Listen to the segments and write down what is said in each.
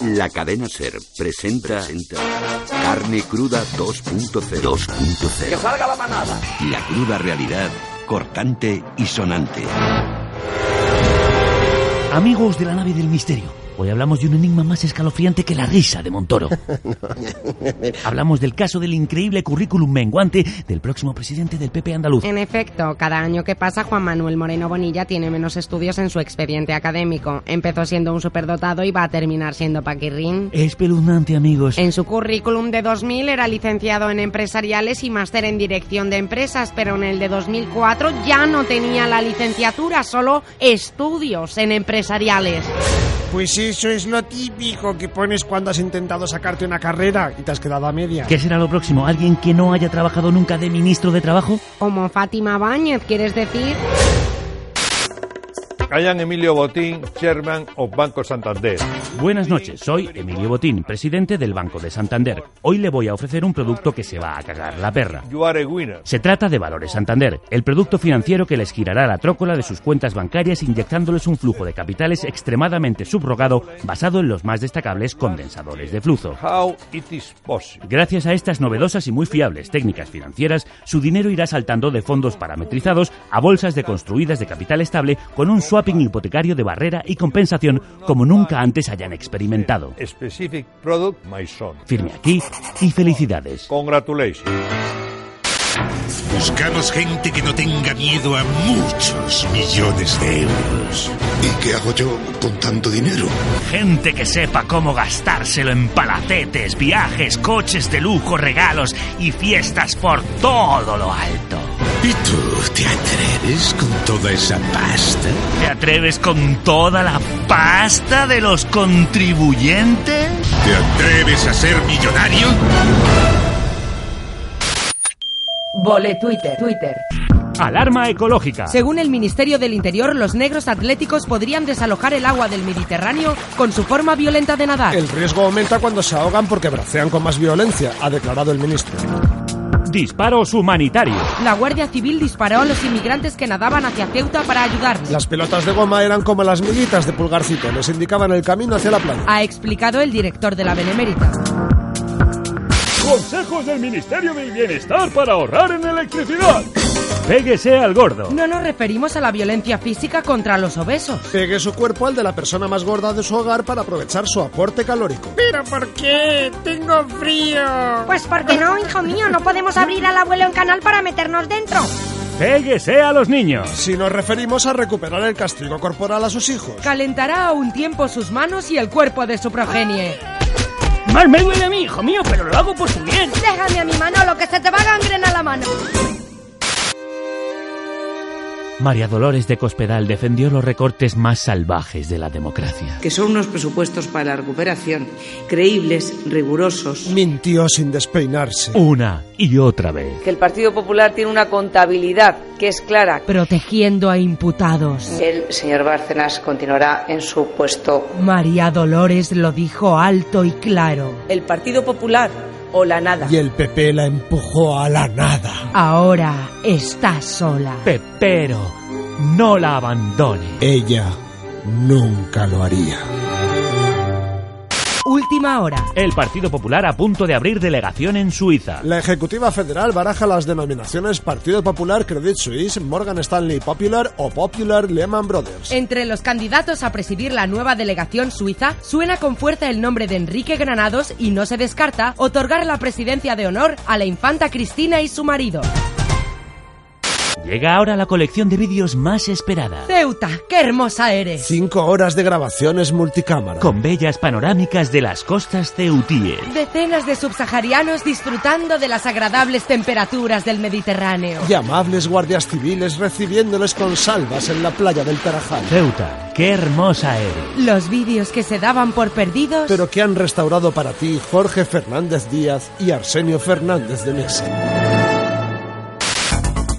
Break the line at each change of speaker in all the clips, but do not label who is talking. La cadena Ser presenta, Carne Cruda 2.0. 2.0.
¡Que salga la manada!
La cruda realidad, cortante y sonante.
Amigos de la nave del misterio, hoy hablamos de un enigma más escalofriante que la risa de Montoro. hablamos del caso del increíble currículum menguante del próximo presidente del PP andaluz.
En efecto, cada año que pasa, Juan Manuel Moreno Bonilla tiene menos estudios en su expediente académico. Empezó siendo un superdotado y va a terminar siendo paquirrín.
Espeluznante, amigos.
En su currículum de 2000 era licenciado en empresariales y máster en dirección de empresas, pero en el de 2004 ya no tenía la licenciatura, solo estudios en empresariales.
Pues eso es lo típico que pones cuando has intentado sacarte una carrera y te has quedado a media.
¿Qué será lo próximo? ¿Alguien que no haya trabajado nunca de ministro de trabajo?
Como Fátima Báñez, ¿quieres decir?
Callan Emilio Botín, Chairman of Banco Santander.
Buenas noches, soy Emilio Botín, presidente del Banco de Santander. Hoy le voy a ofrecer un producto que se va a cagar la perra.
You are a winner.
Se trata de Valores Santander, el producto financiero que les girará la trócola de sus cuentas bancarias inyectándoles un flujo de capitales extremadamente subrogado basado en los más destacables condensadores de flujo.
How it is possible.
Gracias a estas novedosas y muy fiables técnicas financieras, su dinero irá saltando de fondos parametrizados a bolsas deconstruidas de capital estable con un swapping hipotecario de barrera y compensación como nunca antes hayan experimentado.
Specific product, my son.
Firme aquí y felicidades.
Congratulations.
Buscamos gente que no tenga miedo a muchos millones de euros.
¿Y qué hago yo con tanto dinero?
Gente que sepa cómo gastárselo en palacetes, viajes, coches de lujo, regalos y fiestas por todo lo alto.
¿Y tú te atreves con toda esa pasta?
¿Te atreves con toda la pasta de los contribuyentes?
¿Te atreves a ser millonario?
Vole Twitter, Twitter.
Alarma ecológica.
Según el Ministerio del Interior, los negros atléticos podrían desalojar el agua del Mediterráneo con su forma violenta de nadar.
El riesgo aumenta cuando se ahogan porque bracean con más violencia, ha declarado el ministro.
Disparos humanitarios.
La Guardia Civil disparó a los inmigrantes que nadaban hacia Ceuta para ayudarles.
Las pelotas de goma eran como las militas de pulgarcito, les indicaban el camino hacia la playa.
Ha explicado el director de la Benemérita.
Consejos del Ministerio del Bienestar para ahorrar en electricidad.
Péguese al gordo.
No nos referimos a la violencia física contra los obesos.
Pegue su cuerpo al de la persona más gorda de su hogar para aprovechar su aporte calórico.
¿Pero por qué? Tengo frío.
Pues porque no, hijo mío, no podemos abrir al abuelo en canal para meternos dentro.
Péguese a los niños.
Si nos referimos a recuperar el castigo corporal a sus hijos.
Calentará a un tiempo sus manos y el cuerpo de su progenie.
Más me duele a mí, hijo mío, pero lo hago por su bien.
Déjame a mi mano lo que se te va a gangrenar la mano.
María Dolores de Cospedal defendió los recortes más salvajes de la democracia.
Que son unos presupuestos para la recuperación creíbles, rigurosos.
Mintió sin despeinarse.
Una y otra vez.
Que el Partido Popular tiene una contabilidad que es clara.
Protegiendo a imputados.
El señor Bárcenas continuará en su puesto.
María Dolores lo dijo alto y claro.
El Partido Popular o la nada.
Y el Pepe la empujó a la nada.
Ahora está sola.
Pepero, no la abandone.
Ella nunca lo haría.
Última hora.
El Partido Popular a punto de abrir delegación en Suiza.
La Ejecutiva Federal baraja las denominaciones Partido Popular, Credit Suisse, Morgan Stanley Popular o Popular Lehman Brothers.
Entre los candidatos a presidir la nueva delegación suiza, suena con fuerza el nombre de Enrique Granados y no se descarta otorgar la presidencia de honor a la infanta Cristina y su marido.
Llega ahora la colección de vídeos más esperada.
Ceuta, qué hermosa eres.
Cinco horas de grabaciones multicámara.
Con bellas panorámicas de las costas ceutíes.
Decenas de subsaharianos disfrutando de las agradables temperaturas del Mediterráneo.
Y amables guardias civiles recibiéndoles con salvas en la playa del Tarajal.
Ceuta, qué hermosa eres.
Los vídeos que se daban por perdidos.
Pero que han restaurado para ti Jorge Fernández Díaz y Arsenio Fernández de Mesa.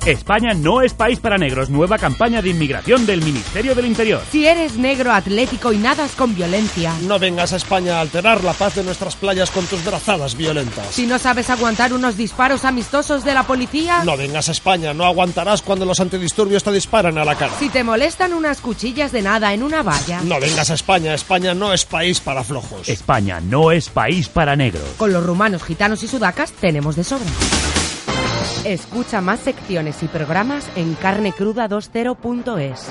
España no es país para negros. Nueva campaña de inmigración del Ministerio del Interior.
Si eres negro, atlético y nadas con violencia.
No vengas a España a alterar la paz de nuestras playas con tus brazadas violentas.
Si no sabes aguantar unos disparos amistosos de la policía.
No vengas a España, no aguantarás cuando los antidisturbios te disparan a la cara.
Si te molestan unas cuchillas de nada en una valla.
No vengas a España, España no es país para flojos.
España no es país para negros.
Con los rumanos, gitanos y sudacas tenemos de sobra. Escucha más secciones y programas en carnecruda20.es.